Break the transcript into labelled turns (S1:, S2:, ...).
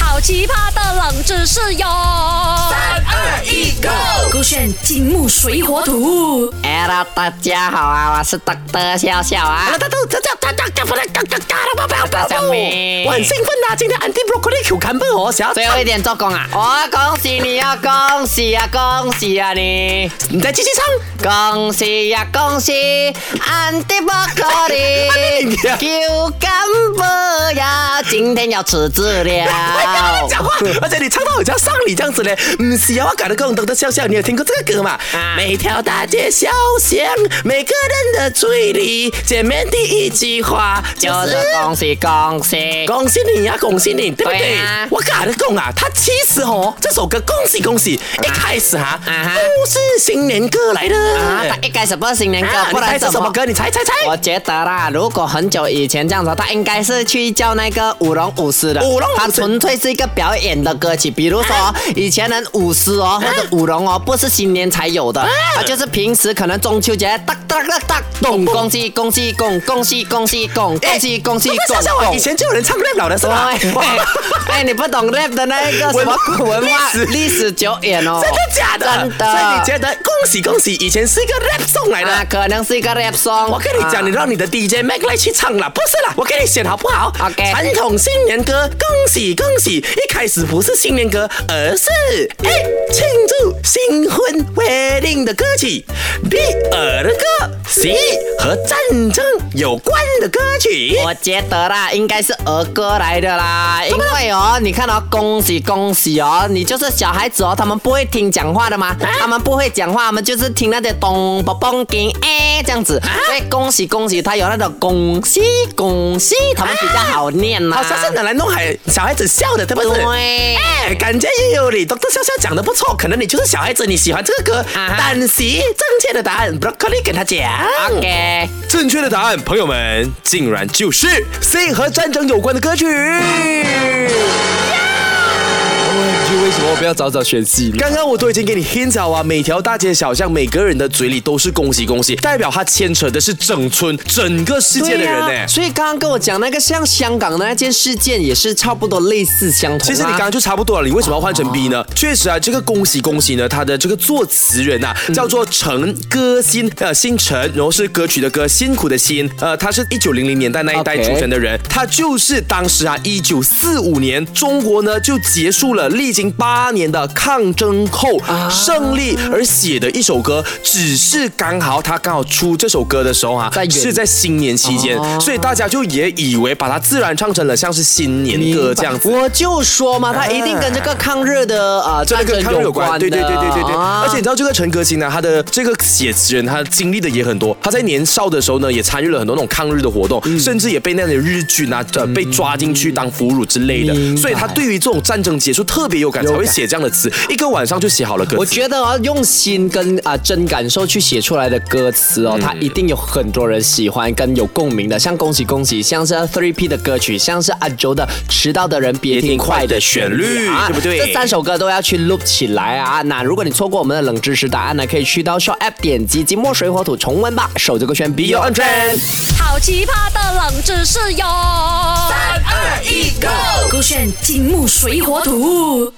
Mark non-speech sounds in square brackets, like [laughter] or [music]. S1: 好奇葩的冷知识哟！三
S2: 二一，Go！
S1: 勾选金木水火土。
S3: Hello，大家好啊，我是德德笑笑啊。
S2: 大豆，大家大家干嘛干干干了吗？不要不要！我很兴奋呐，今天 Andy Broccoli Q 看本哦，想要
S3: 最后一点做工啊！哦，恭喜你啊，恭喜啊，恭喜啊你！
S2: 你再继续唱。
S3: 恭喜呀、恭喜，Andy Broccoli
S2: 你啊
S3: Q 干不呀，今天要辞职
S2: [laughs] 哎
S3: 了。
S2: 讲话，而且你唱到好像上礼这样子嘞，嗯，喜欢感的更懂得笑笑，你有听过这个歌吗？
S3: 啊
S2: 每条大街小巷，每个人的嘴里，见面第一句话就
S3: 就是
S2: 是。
S3: 恭喜恭喜！
S2: 恭喜你呀、恭喜你，对不对？
S3: 对啊
S2: 我跟你讲啊，他其实哦，这首歌恭喜恭喜，一开始哈、
S3: 啊哈
S2: 都是新年歌来的。
S3: 啊，他一开始不是新年歌，
S2: 啊
S3: 不
S2: 你猜
S3: 然
S2: 是
S3: 怎
S2: 什么
S3: 么？
S2: 歌？你猜猜猜。
S3: 我觉得啦，如果很久以前这样子，他应该是去叫那个舞龙舞狮的。
S2: 舞龙舞狮
S3: 他纯粹是一个表演的歌曲，比如说、以前人舞狮哦，或者舞龙哦，不是新年才有的，他就是平时可能中秋节，哒哒哒哒，咚恭喜恭喜恭恭喜恭喜恭
S2: 哎
S3: 恭喜恭喜
S2: 不是
S3: 恭
S2: 像像我以
S3: 喜。
S2: 前就有人唱 rap 了的是吧？
S3: 对
S2: 哇
S3: 哦哎，你不懂 rap 的那个什么
S2: 文
S3: 文化
S2: 历史
S3: 历史久远哦，
S2: 真的假的？
S3: 真的。
S2: 所以你觉得恭喜恭喜，以前是一个 rap 送来的。
S3: 啊，可能是一个 rap song。
S2: 我跟你讲，
S3: 啊
S2: 你让你的 DJ Mac 来去唱了，不是啦，我给你选好不好
S3: OK
S2: 传统新年歌，恭喜恭喜！一开始不是新年歌，而是 A 庆祝新婚 wedding 的歌曲，B 尔的歌，C 和战争有关的歌曲。
S3: [laughs] 我觉得啦，应该是儿歌来的啦，因为哦，你看哦，恭喜恭喜哦，你就是小孩子哦，他们不会听讲话的嘛，
S4: 啊
S3: 他们不会讲话，他们就是听那些咚嘣嘣叮
S4: 啊
S3: 哎这样子，所以恭喜恭喜，他有那种恭喜恭喜，他们比较好念嘛。
S2: 好像是拿来弄孩小孩子笑的，对不对？
S3: 对。啊
S2: 哎，感觉也有理。d r 笑笑讲的不错，可能你就是小孩子，你喜欢这个歌。
S3: 啊哈
S2: 但是正确的答案，Broccoli 跟他讲。
S3: OK，
S2: 正确的答案，朋友们，竟然就是 C 和战争有关的歌曲。
S4: 就哦为什么我不要早早选 C 呢？
S2: 刚刚我都已经给你 hint 好啊，每条大街小巷，每个人的嘴里都是恭喜恭喜，代表他牵扯的是整村、整个世界的人呢、
S4: 对呀啊所以刚刚跟我讲那个像香港的那件事件，也是差不多类似相同啊。哦
S2: 其实你刚刚就差不多了，你为什么要换成 B 呢？确实啊，这个恭喜恭喜呢，它的这个作词人呐、
S4: 嗯
S2: 叫做陈歌辛，呃，姓陈，然后是歌曲的歌，辛苦的辛，呃，他是一九零零年代那一代
S4: OK
S2: 出生的人，他就是当时啊，一九四五年中国呢就结束了历经八年的抗争后
S4: 啊
S2: 胜利而写的一首歌，只是刚好他刚好出这首歌的时候啊
S4: 在，元哦
S2: 是在新年期间，所以大家就也以为把它自然唱成了像是新年歌这样子。
S4: 我就说嘛，他一定跟这个抗日的啊
S2: 这
S4: 战
S2: 个
S4: 争
S2: 跟抗日有关，
S4: 的
S2: 对对对对对对。
S4: 啊
S2: 而且你知道这个陈歌辛呢，他的这个写词人，他经历的也很多。他在年少的时候呢，也参与了很多那种抗日的活动，
S4: 嗯
S2: 甚至也被那些日军啊，呃，被抓进去当俘虏之类的。
S4: 明白
S2: 所以他对于这种战争结束特别有感，才
S4: 有
S2: 会
S4: 感
S2: 写这样的词，一个晚上就写好了歌词。
S4: 我觉得啊，用心跟啊真感受去写出来的歌词
S2: 嗯
S4: 哦，它一定有很多人喜欢跟有共鸣的，像恭喜恭喜，像是 Three P 的歌曲，像是阿周的迟到的人别听快的旋律啊，
S2: 嗯对不对
S4: 这三首歌都要去 loop 起来啊。那如果你错过我们的冷知识答案呢，可以去到 Show App 点击金墨水火土重温吧。手这个圈 Be Your Own Trend。
S1: 好奇葩的冷知识哟！三二一，Go！勾选金木水火土。